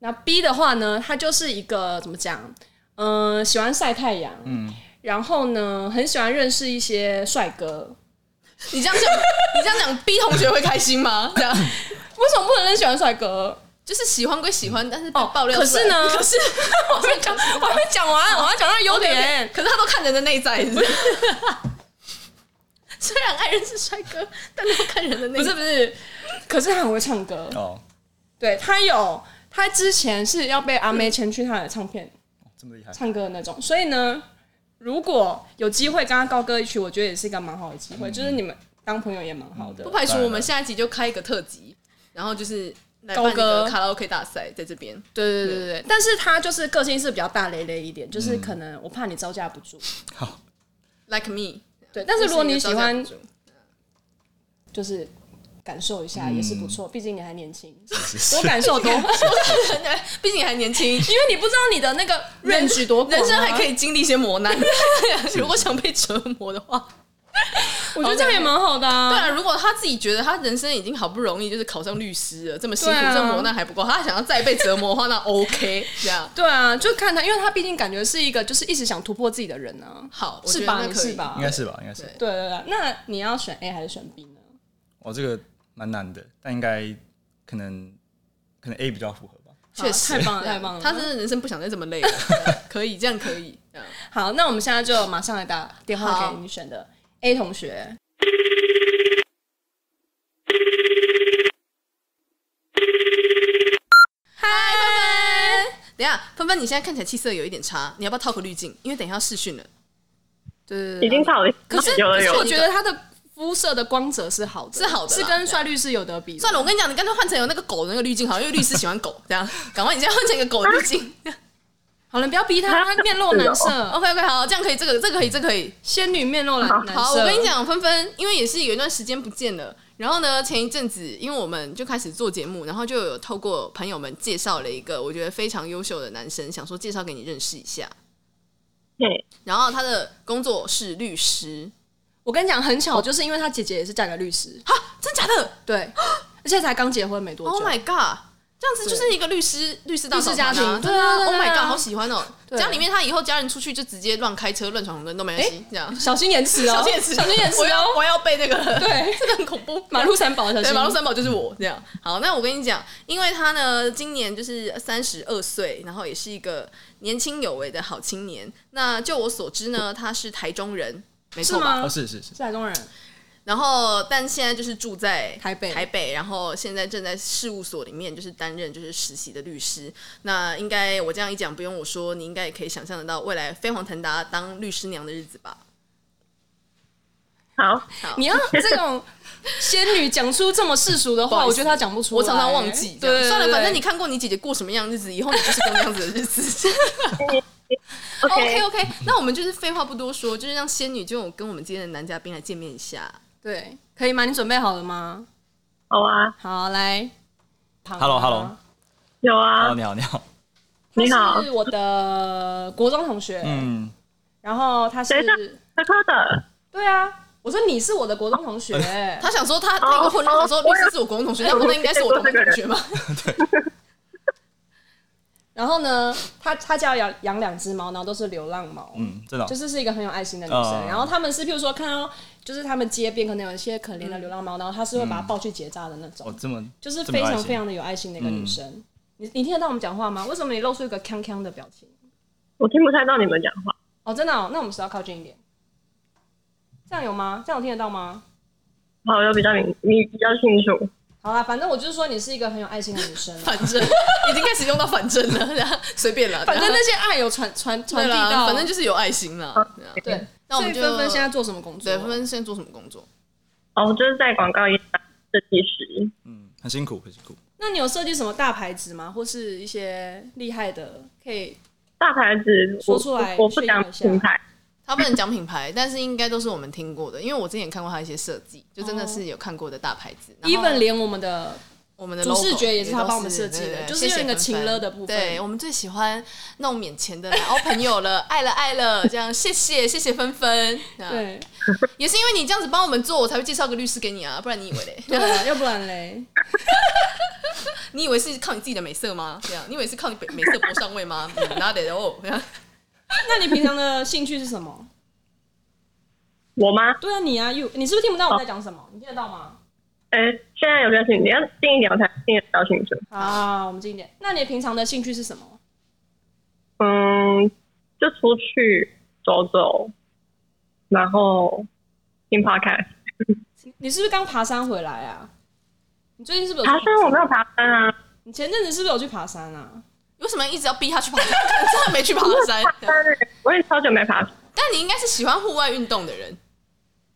S1: 那 B 的话呢，她就是一个怎么讲？嗯、喜欢晒太阳，嗯，然后呢，很喜欢认识一些帅哥。
S2: 你这样讲，你这样讲，B 同学会开心吗？这样
S1: 为什么不能喜欢帅哥？
S2: 就是喜欢归喜欢，但是被
S1: 哦，
S2: 爆料
S1: 可
S2: 出来
S1: 是呢，
S2: 可是
S1: 我还没讲，我还没讲完，我还要讲到优点。
S2: 可是他都看人的内在，是不是？虽然爱人是帅哥，但都看人的内
S1: 不
S2: 在。
S1: 是不是，可是他很会唱歌，
S3: 哦，
S1: 对他有，他之前是要被阿妹牵去他的唱片
S3: 这么厉害，
S1: 唱歌的那种，所以呢，如果有机会跟他高歌一曲，我觉得也是一个蛮好的机会，就是你们当朋友也蛮好的。
S2: 不排除我们下一集就开一个特辑，然后就是来办一
S1: 高歌
S2: 个卡拉 OK 大赛在这边。
S1: 对对对对对，嗯但是他就是个性是比较大咧咧一点，就是可能我怕你招架不住。
S2: Like me，
S1: 对，但是如果你喜欢
S2: 这是一个招架，不住
S1: 就是感受一下也是不错，毕竟你还年轻，
S3: 是
S1: 多感受多，因为
S2: 毕竟你还年轻，
S1: 你不知道你的那个
S2: 人
S1: range 多广 啊
S2: 人生还可。以经历一些磨难。如果想被折磨的话，
S1: 我觉得这样也蛮好的
S2: 对
S1: 啊。
S2: 啊，如果他自己觉得他人生已经好不容易就是考上律师了，这么辛苦，
S1: 对啊
S2: 这么磨难还不够，他想要再被折磨的话，那 OK，这样
S1: 对啊，就看他，因为他毕竟感觉是一个就是一直想突破自己的人啊，
S2: 好，我觉
S1: 是
S2: 得
S1: 吧？
S2: 那
S1: 你
S2: 可以
S1: 是？嗯吧
S3: 应？该是吧？应该是。
S1: 对
S2: 对
S1: 对对，那你要选 A 还是选 B 呢？
S3: 哦，这个蛮难的，但应该可能可能 A 比较符合吧。
S2: 确
S1: 好太
S2: 实
S1: 棒了，
S2: 对啊
S1: 太棒了！
S2: 他真的人生不想再这么 累了，对啊可以这样可以，这样
S1: 好，那我们现在就马上来打电话
S2: 好
S1: 给你选的 A 同学。
S2: 等一下，芬芬，你现在看起来气色有一点差，你要不要套个滤镜？因为等一下要试训了。对对对对，
S5: 已经
S2: 对
S5: 套了，
S1: 可是，
S5: 有
S1: 可
S5: 了
S1: 是
S5: 有
S1: 我
S5: 了，
S1: 觉得他的肤色的光泽是好的，
S2: 是好的啦
S1: 是跟帅律师有得比。
S2: 算了，我跟你讲，你干脆换成有那个狗的那个滤镜好了，因为律师喜欢狗，这样，赶快你现在换成一个狗的滤 镜。
S1: 好了，不要逼他，他面露难 色，
S2: OK OK，好，这样可以，这个这个可以，这个可以。
S1: 仙女面露难难色。
S2: 好，我跟你，讲，芬芬，因为也是有一段时间不见了，然后呢，前一阵子因为我们就开始做节目，然后就有透过朋友们介绍了一个我觉得非常优秀的男生，想说介绍给你认识一下。
S5: 嘿，
S2: 然后他的工作是律师，
S1: 我跟你讲，很巧，就是因为他姐姐也是嫁给律师，
S2: 哈，真假的？
S1: 对，而且才刚结婚没多
S2: Oh
S1: 久。
S2: my god！这样子就是一个律师律师大
S1: 律
S2: 嫂
S1: 师家
S2: 团啊
S1: 庭
S2: 对
S1: 对啊
S2: 啊
S1: 对啊
S2: ！Oh my
S1: 对
S2: god，
S1: 啊
S2: 好喜欢哦！
S1: 对
S2: 家里面他以后家人出去就直接乱开车、乱闯红灯都没关系，这 样。
S1: 小心言辞哦，
S2: 小心眼，小
S1: 小心言辞
S2: 我要
S1: 哦。
S2: 我要被那个了，
S1: 对，
S2: 这个很恐怖。
S1: 马路三宝，小
S2: 对，
S1: 心
S2: 马路三宝就是我这样。好，那我跟你讲，因为他呢，今年就是三十二岁，然后也是一个年轻有为的好青年。那就我所知呢，他是台中人，没
S1: 是
S2: 错吧？
S1: 吗
S3: 哦，？是是是，
S1: 是台中人，
S2: 然后，但现在就是住在
S1: 台北
S2: 台北，然后现在正在事务所里面，就是担任就是实习的律师。那应该我这样一讲，不用我说，你应该也可以想象得到未来飞黄腾达当律师娘的日子吧？
S5: 好，
S2: 好，
S1: 你要这种仙女讲出这么世俗的
S2: 不好
S1: 话，
S2: 意思
S1: 我觉得她讲不出来。
S2: 我常常忘记。
S1: 对，对
S2: 算了，反正你
S1: 对
S2: 看过你姐姐过什么样的日子，以后你就是过那样子的 日子。OK OK，那我 们就是废话不多说，就是让仙女就跟我们今天的男嘉宾来见面一下。
S1: 对，可以吗？你准备好了吗？
S5: 好啊，
S1: 好，来。旁
S3: Hello，Hello
S5: 有啊
S3: 哦，，你好，你好，
S5: 你好
S1: 他是我的国中同学，
S3: 嗯，
S1: 然后他
S5: 谁的
S1: 是，
S5: 科科的，
S1: 对啊，我说你是我的国中同学，
S2: 她想说她她一个混乱，
S5: 哦
S2: 想说
S5: 哦
S2: 律师是我国中同学，
S5: 我
S2: 那不应该是我同班同学吗？
S1: 然后呢，他他家养养两只猫，然后都是流浪猫，
S3: 嗯，真的哦，
S1: 就是是一个很有爱心的女生。
S3: 嗯
S1: 然后他们是，譬如说看到就是他们街边可能有一些可怜的流浪猫，然后他是会把它抱去结扎的那种，
S3: 哦，这么
S1: 就是
S3: 这么
S1: 非
S3: 有爱
S1: 常
S3: 心
S1: 非常的有爱心的一个女生。你你听得到我们讲话吗？为什么你露出一个康康的表情？
S5: 我听不太到你们讲话，
S1: 哦，真的、哦，那我们是要靠近一点，这样有吗？这样我听得到吗？
S5: 好，有比较明，你比较清楚，
S1: 好啦，反正我就是说你是一个很有爱心的女生啊、
S2: 反 正已经开始用到反正了， 然后随便了，
S1: 反正那
S2: 然
S1: 些爱有传传
S2: 后
S1: 传
S2: 对
S1: 递
S2: 啦，
S1: 到，
S2: 反正就是有爱心啦。
S5: 哦
S2: 对啊
S1: 对。
S2: 那我们
S1: 所
S2: 就
S1: 以芬芬现在做什么工作？
S2: 对芬芬现在做什么工作？
S5: 哦，就是在广告业设计师，
S3: 嗯，很辛苦，很辛苦。
S1: 那你有设计什么大牌子吗？或是一些厉害的可以？
S5: 大牌子，我
S1: 说出来
S5: 我我不
S1: 炫耀
S5: 讲
S1: 一下
S5: 品牌，
S2: 她不能讲品牌，但是应该都是我们听过的，因为我之前看过她一些设计，就真的是有看过的大牌子。然后
S1: even 连我们的
S2: 我们的
S1: 主
S2: logo
S1: 视觉也
S2: 也
S1: 是
S2: 都
S1: 他帮我们设计的
S2: 对对对
S1: 就是用一个情勒的部分
S2: 谢谢芬芬对我们最喜欢弄免钱的，然后朋友了，爱了爱了，这样谢谢谢谢芬芬。啊，
S1: 对
S2: 也是因为你这样子帮我们做，我才会介绍个律师给你啊，不然你以为嘞？
S1: 对啊，要不然嘞，
S2: 你以为是靠你自己的美色吗？这样，你以为是靠你美美色搏上位吗？哪得哦，这样
S1: 那你平常的兴趣是什 么？
S5: 我吗？
S1: 对啊，你啊，you，你是不是听不到我们在讲什么？你听得到吗？
S5: 哎、现在有没有清楚？你要近一点我才听得比较清楚。
S1: 啊，我们近一点。那你平常的兴趣是什么？
S5: 嗯，就出去走走，然后听 podcast。
S1: 你是不是刚爬山回来啊？你最近是不是有
S5: 爬
S1: 去
S5: 山我没有爬山啊，
S1: 你前阵子是不是有去爬山啊？
S2: 为什么一直要逼他去爬山？真的没去爬山。
S5: 欸对，我也超久没爬山。
S2: 但你应该是喜欢户外运动的人，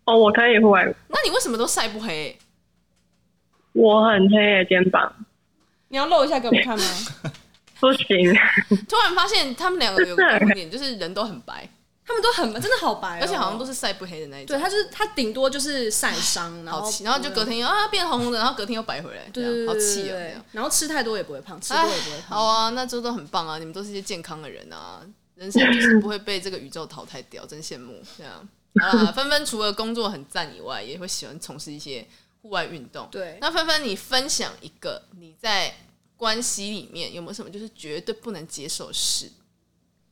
S5: 哦，我可以户外，
S2: 那你为什么都晒不黑？
S5: 我很黑的肩膀，
S1: 你要露一下给我们看吗？
S5: 不行，
S2: 突然发现他们两个有个共点，就是人都很白，
S1: 他们都很真的好白哦、
S2: 而且好像都是晒不黑的那一种
S1: 对，。他就是他顶多就是晒伤，然
S2: 好
S1: 后
S2: 气，然后就隔天又啊变红红的，然后隔天又白回来，
S1: 对
S2: 这
S1: 对
S2: 样
S1: 对
S2: 好
S1: 对
S2: 气
S1: 对
S2: 哦
S1: 对
S2: 这样。
S1: 然后吃太多也不会胖，吃多
S2: 哎
S1: 也不会，胖。
S2: 好啊，那这都很棒啊！你们都是一些健康的人啊，人生就是不会被这个宇宙淘汰掉，真羡慕。这样好啦，纷纷除了工作很赞以外，也会喜欢从事一些户外运动。
S1: 对
S2: 那纷纷，你分享一个你在关系里面有没有什么就是绝对不能接受的事？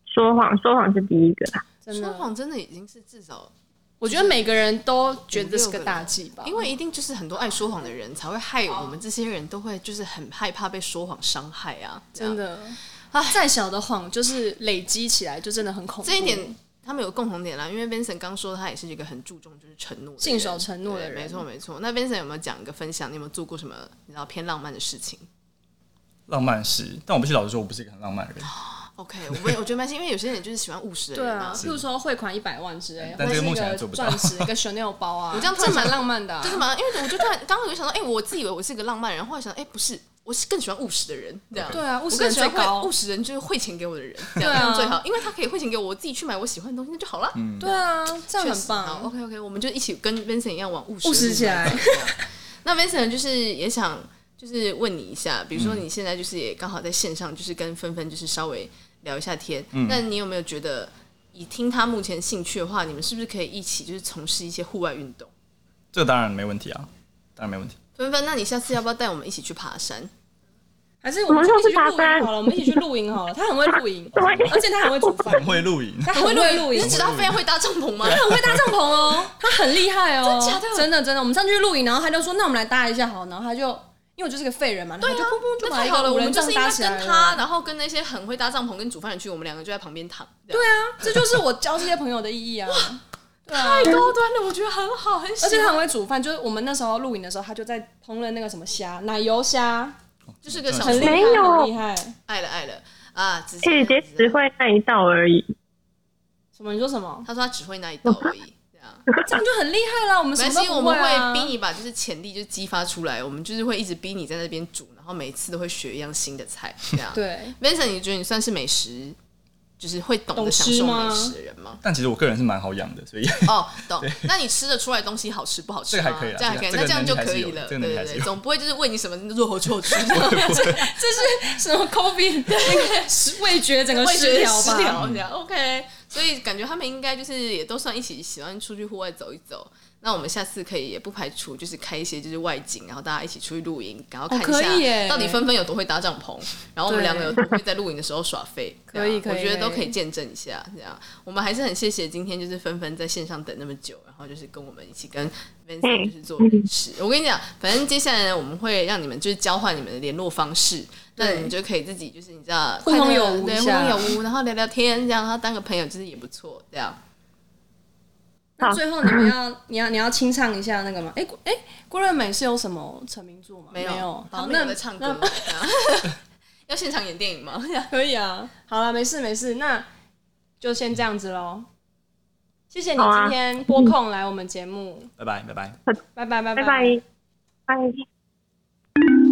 S5: 说谎，说谎是第一个啦。
S1: 真
S2: 哎说
S1: 的，
S2: 谎真的已经是至少，
S1: 我觉得每个人都觉得这是个大忌吧，
S2: 因为一定就是很多爱说谎的人才会害我们这些人都会就是很害怕被说谎伤害啊！这样
S1: 真
S2: 啊
S1: 的。再小的谎就是累积起来，就真的很恐怖。
S2: 这一点他们有共同点啦，因为 Vincent 刚说他也是一个很注重就是承诺的人、
S1: 信守承诺的人
S2: 对没错没错。那 Vincent 有没有讲一个分享？你有没有做过什么你知道偏浪漫的事情
S3: 浪漫是，但我必须老实说，我不是一个很浪漫的人。
S2: ？OK，我们我觉得蛮幸运，因为有些人就是喜欢务实的
S1: 对
S2: 人
S1: 啊
S2: 嘛，，
S1: 譬如说汇款一百万之类，或
S3: 但
S1: 者
S3: 这
S1: 是
S3: 个
S1: 一
S3: 目前还
S1: 个
S3: 做不到
S1: 钻石、一个 Chanel 包啊，
S2: 我这样突然
S1: 这蛮
S2: 想
S1: 浪漫的啊
S2: 就。是嘛，因为我就突然刚刚有想到，哎、我自以为我是一个浪漫人，后来想到，哎、不是。我是更喜欢务实的人，这样
S1: 对啊务
S2: 我
S1: 实
S2: 更
S1: 人
S2: 喜欢
S1: 最高
S2: 会务实人就是汇钱给我的人，这
S1: 对
S2: 样
S1: 啊
S2: 这样最好，因为他可以汇钱给我，我自己去买我喜欢的东西，那就好了。嗯，
S1: 对啊，这样很
S2: 好
S1: 棒。
S2: OK OK，我们就一起跟 Vincent 一样往务实
S1: 务实
S2: 的路
S1: 起来
S2: 走。那 Vincent 就是也想就是问你一下，比如
S1: 嗯
S2: 说你现在就是也刚好在线上，就是跟芬芬就是稍微聊一下天。
S1: 嗯
S2: 那你有没有觉得，以听他目前兴趣的话，你们是不是可以一起就是从事一些户外运动？
S3: 这个当然没问题啊，当然没问题。
S2: 芬芬，那你下次要不要带我们一起去爬山？
S1: 还是我们
S5: 我们
S1: 一起去
S5: 上
S1: 露
S5: 次爬
S1: 营
S5: 山
S1: 好了，我们一起去露营好了。他很会露营，
S5: 对
S1: 而且他很会煮饭
S3: 很，会露 营，
S1: 他很会露
S2: 你
S1: 营
S2: 是，知道非常会搭帐篷吗？啊
S1: 很会搭帐篷 哦，他很厉害哦，
S2: 真假的
S1: 真的真的我们上去露营，然后他就说：“那我们来搭一下好。”然后他就因为我就是个废人嘛，对
S2: 对
S1: 就
S2: 啊
S1: 砰砰就
S2: 那
S1: 把
S2: 太
S1: 一
S2: 好了，
S1: 个
S2: 我
S1: 无
S2: 们
S1: 人
S2: 就
S1: 帐
S2: 是应
S1: 搭
S2: 该
S1: 起来
S2: 跟
S1: 了
S2: 他，。然后跟那些很会搭帐篷跟煮饭人去，我们两个就在旁边躺。对
S1: 对啊，这就是我交这些朋友的意义啊。对啊，
S2: 太高端了，我觉得很好，很喜
S1: 而且他
S2: 欢
S1: 很会煮饭，就是我们那时候露营的时候，他就在烹饪那个什么虾，奶油虾，
S2: 就是个小
S1: 很厉害，
S5: 没有
S1: 很厉害。
S2: 爱了爱了啊！只
S5: 姐姐只会那一道而已，
S1: 什么？你说什么？
S2: 他说他只会那一道而已，这样。
S1: 这样就很厉害了。我们什
S2: 没
S1: 么
S2: 关
S1: 都
S2: 系，我
S1: 不
S2: 们
S1: 啊
S2: 会逼。你把就是潜力就激发出来，我们就是会一直逼你在那边煮，然后每次都会学一样新的菜，这样。
S1: 对，
S2: ，Vincent，你觉得你算是美食，就是会懂得
S1: 懂
S2: 享
S1: 吃
S2: 受
S1: 吗
S2: 美食的人吗？
S3: 但其实我个人是蛮好养的，所以
S2: 哦，懂。那你吃得出来东西好吃不好吃
S3: 这
S2: 吗？
S3: 个还可以啦
S2: 这样还可以，
S3: 这个
S2: 那这样就
S3: 这个
S2: 可
S3: 能力还是
S2: 以
S3: 有
S2: 了。
S3: 这
S2: 对
S3: 个能力
S2: 对
S3: 还是
S2: 对，
S3: 有
S2: 总不会就是喂你什么肉好吃好吃，
S1: 这是什么 COVID 那个食味觉整个
S2: 会觉
S1: 失
S2: 得
S1: 调
S2: 失
S1: 吧？嗯
S2: 调这样 OK，所以感觉他们应该就是也都算一起喜欢出去户外走一走。那我们下次可以也不排除就是开一些就是外景，然后大家一起出去露营，然后看
S1: 哦可以
S2: 一下
S1: 耶
S2: 到底纷纷有多会搭帐篷，然后我
S1: 对
S2: 们两个有多会在露营的时候耍废。
S1: 可以
S2: 这样
S1: 可以
S2: 我觉得都可以见证一下。这样，我们还是很谢谢今天就是纷纷在线上等那么久，然后就是跟我们一起跟 Vincent 就是做认识。我跟你讲，反正接下来呢，我们会让你们就是交换你们的联络方式，那你们就可以自己就是你知道
S1: 互通有
S2: 快乐
S1: 无啊
S2: 对，
S1: 一
S2: 互
S1: 下
S2: 通有无，然后聊聊天，这样，然后当个朋友就是也不错，这样。
S1: 那最后你们要你要你要清唱一下那个吗？哎哎，郭润美是有什么成名作吗？有。
S2: 他
S1: 好，
S2: 们
S1: 那
S2: 有在唱歌吗
S1: 那，
S2: 这样 要现场演电 影吗？
S1: 可以啊。好了，没事没事，那就先这样子喽。谢谢你
S5: 好啊
S1: 今天拨空来我们节目，
S3: 拜拜拜拜。
S1: 拜拜拜
S5: 拜拜，拜。
S1: 好，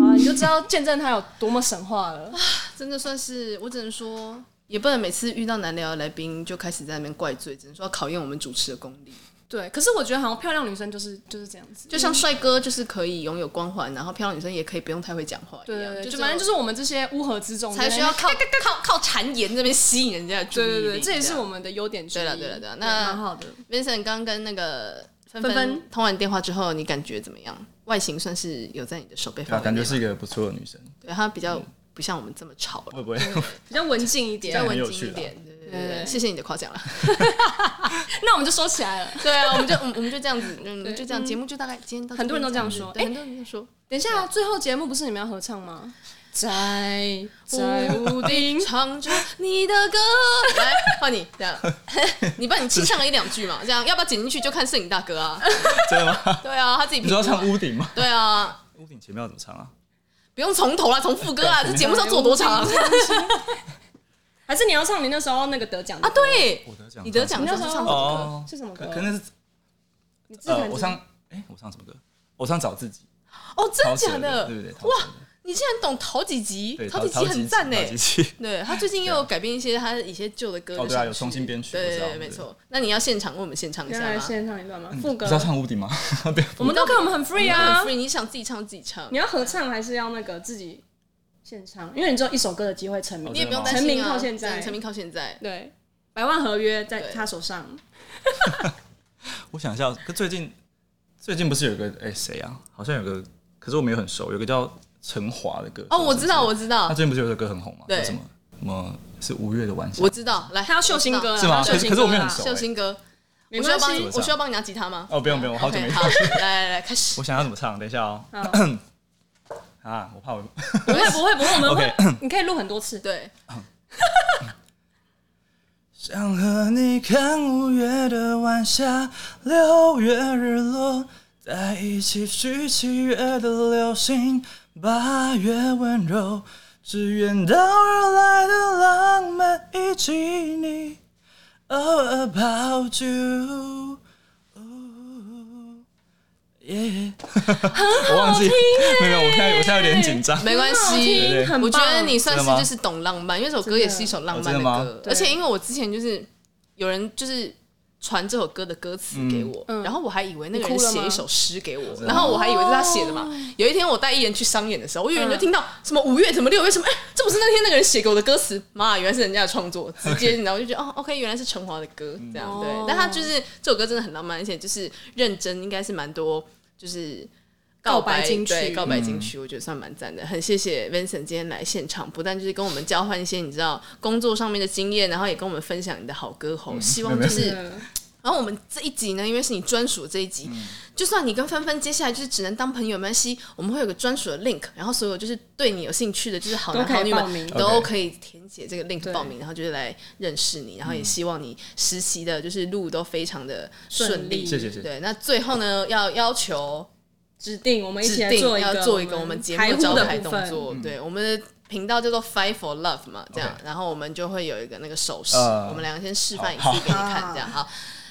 S1: 啊你就知道见证他有多么神话了。
S2: 真的算是，我只能说，也不能每次遇到难聊的来宾就开始在那边怪罪，只能说要考验我们主持的功力。
S1: 对，可是我觉得好像漂亮女生就是就是这样子，嗯
S2: 就像帅哥就是可以拥有光环，然后漂亮女生也可以不用太会讲话一
S1: 对
S2: 样，
S1: 对对，就
S2: 就
S1: 反正就是是我们这些乌合之众
S2: 才需要靠靠靠谗言这边吸引人家的注意
S1: 对
S2: 力。
S1: 对对，这也是
S2: 样
S1: 我们的优点之一。
S2: 对了对了对了那
S1: 蛮好的。
S2: Vincent 刚跟那个芬
S1: 芬
S2: 芬
S1: 芬
S2: 通完电话之后，你感觉怎么样？外形算是有在你的手背范
S3: 啊
S2: 围内吗，
S3: 感觉是一个不错的女生，
S2: 对她比较不像我们这么吵了，
S3: 会不会？
S1: 比较文静一
S2: 比
S1: 点
S2: 较。
S3: 很
S2: 文
S3: 有
S2: 静一
S3: 趣啊啦
S2: 点。对对对
S1: 对
S2: 对，
S1: 对
S2: 谢谢你的夸奖了。
S1: 那我们就收起来了。
S2: 对啊，我们就我们 我们就这样子，嗯，
S1: 对
S2: 就这样，节目就大概今天到边
S1: 很多人都这样说
S2: 对
S1: 哎
S2: 很多人都说
S1: 等一
S2: 啊
S1: 下，最后节目不是你们要合唱吗？在在屋
S2: 屋顶
S1: 顶，
S2: 唱着你的歌， 来换你这样， 你帮你清唱了一两句嘛，这样要不要剪进去就看摄影大 哥啊？
S3: 真的吗？
S2: 对啊，他自己
S3: 你
S2: 评
S3: 说
S2: 估
S3: 要
S2: 啊
S3: 唱屋顶吗？
S2: 对啊，
S3: 屋顶前面要怎么唱啊？
S2: 啊不用从头啦，从副歌啦，这节目是要做多长？
S1: 还是你要唱你那时候那个得奖的
S2: 啊，
S1: 歌？
S2: 对，
S3: 我得奖，
S2: 你得奖
S1: 你
S2: 的
S1: 那
S2: 时
S1: 时候
S2: 候是唱什么歌？
S3: 哦
S1: 是什么歌
S3: 可可能是
S1: 你自
S3: 呃，
S1: 弹
S3: 我
S1: 自
S3: 唱
S1: 唱。
S3: 哎、我唱什么歌？我唱找自己，
S2: 哦，真的
S3: 陶喆
S2: 假
S3: 对不对？陶
S2: 哇
S3: 喆的，
S2: 你竟然懂陶几集
S3: 对，？
S2: 陶
S3: 陶
S2: 几集
S3: 陶
S2: 很赞呢欸
S3: 陶。几集啊
S2: 对他最近又有改编一些他一些旧的歌的
S3: 哦对啊
S2: 上
S3: 有
S2: 去
S3: 重新编曲我
S2: 对
S3: 知道
S2: 对对，没错。那你要现场为我们现唱一下
S1: 原来
S2: 吗？
S1: 先唱一段吗？副
S3: 不
S1: 歌
S3: 是。要唱屋顶吗？ 不要
S1: 我们都可以，我们很 free 啊
S2: 很。free，你想自己唱自己唱
S1: 你，要合唱还是要那个自己现唱？因为你只有一首歌的机会成名。
S2: 你也不用
S3: 真
S2: 担
S3: 的吗
S1: 成
S2: 心
S1: 名
S2: 啊。
S1: 靠现在
S2: 对成名靠现在。
S1: 对，百万合约在
S2: 对
S1: 他手上。
S3: 我想一下，可最近最近不是有一个哎谁、啊？好像有个，可是我没有很熟，有个叫陈华的歌手
S2: 哦，我知道，我知
S3: 他
S2: 道，
S3: 最近不是有首歌很红吗？
S2: 对
S3: 叫什么什么是五啊月的晚霞
S2: 我？知道。来，
S1: 他要秀新歌了，
S3: 是
S1: 他
S3: 吗
S1: 要秀
S3: 可是
S1: 新
S3: 可是我
S1: 歌
S3: 没有
S1: 啦
S3: 很熟
S2: 秀新歌。
S1: 没
S2: 我需要
S1: 关
S2: 帮你，
S1: 系。
S2: 我需要帮你拿吉他吗？
S3: 哦，不用不用，我好久没
S2: OK，
S3: 唱
S2: 好。，来来来，开始
S3: 我。想要怎么唱？等一下哦。啊，我怕我
S1: 不会不会不会，我们
S3: OK
S1: 会，你可以录很多次。
S2: 对，
S3: 想和你看五月的晚霞，六月日落，在一起去七月的流星，八月温柔，只愿到而来的浪漫以及你。Oh about you，耶、我忘记，没有，我现在我现在有点紧张。
S2: 没关系
S1: 很好听很棒
S2: 我觉得你算是
S3: 真的吗
S2: 就是懂浪漫，因为这首歌也是一首浪漫
S3: 真的吗
S2: 歌，
S1: 对
S2: 而且因为我之前就是有人就是传这首歌的歌词给我，
S1: 嗯
S2: 然后我还以为那个
S1: 你
S2: 人
S1: 哭了吗
S2: 写一首诗给我，然后我还以为是他写的嘛。
S1: 哦
S2: 有一天我带艺人去商演的时候，我远远就听到
S1: 嗯
S2: 什么五月什么六月什么，哎，这不是那天那个人写给我的歌词？妈，原来是人家的创作，直接然后我就觉得哦，OK，原来是陈华的歌这样对
S1: 哦。
S2: 但他就是这首歌真的很浪漫，而且就是认真，应该是蛮多就是。
S1: 告白金曲
S2: 对告白金曲，我觉得算蛮赞的。很谢谢 Vincent 今天来现场，不但就是跟我们交换一些你知道工作上面的经验，然后也跟我们分享你的好歌喉。希望就是，
S1: 嗯
S2: 然后我们这一集呢，因为是你专属的这一集，就算你跟芬芬接下来就是只能当朋友没关系，我们会有个专属的 link，然后所有就是对你有兴趣的，就是好男
S1: 都可以
S2: 好女
S1: 报
S2: 们
S1: 名
S2: 都
S3: OK
S2: 可以填写这个 link
S1: 对
S2: 报名，然后就是来认识你，然后也希望你实习的就是路都非常的顺
S1: 顺利
S2: 利。
S3: 谢谢谢谢
S2: 对，那最后呢，要要求。
S1: 指定我们一
S2: 指
S1: 起来
S2: 定
S1: 做一
S2: 要
S1: 个
S2: 做一个我们节
S1: 台
S2: 目
S1: 呼
S2: 招
S1: 的
S2: 牌
S1: 部
S2: 动
S1: 分
S2: 作，对，我们的频道叫做 Fight for Love 嘛，这样
S3: 嗯 OK
S2: 然后我们就会有一个那个手势，
S3: 呃
S2: 我们两个先示范一次
S3: 好
S2: 给你看，这样好，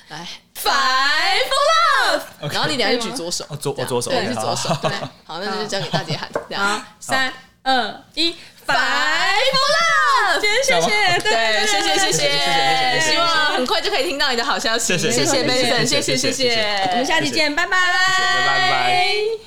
S2: 来 Fight for Love，然后你俩就举左手
S3: 哦，左
S2: 这样
S3: 我左手
S2: 对，
S3: OK，
S2: 你是左手
S3: 好，
S2: 对，好，那就交给大姐喊，这样
S1: 好，三二一，拜！
S2: Fight for Love，
S1: 今天谢谢，
S2: 对，谢谢谢
S3: 谢谢谢谢
S2: 希望很快就可以听到你的好消息，
S3: 谢谢
S1: 谢
S2: 谢
S1: 谢
S2: Benson，谢
S3: 谢谢
S2: 谢
S3: 谢谢
S2: 谢
S3: 谢谢
S2: 谢，
S1: 我们下期见，拜拜，
S3: 拜拜拜拜。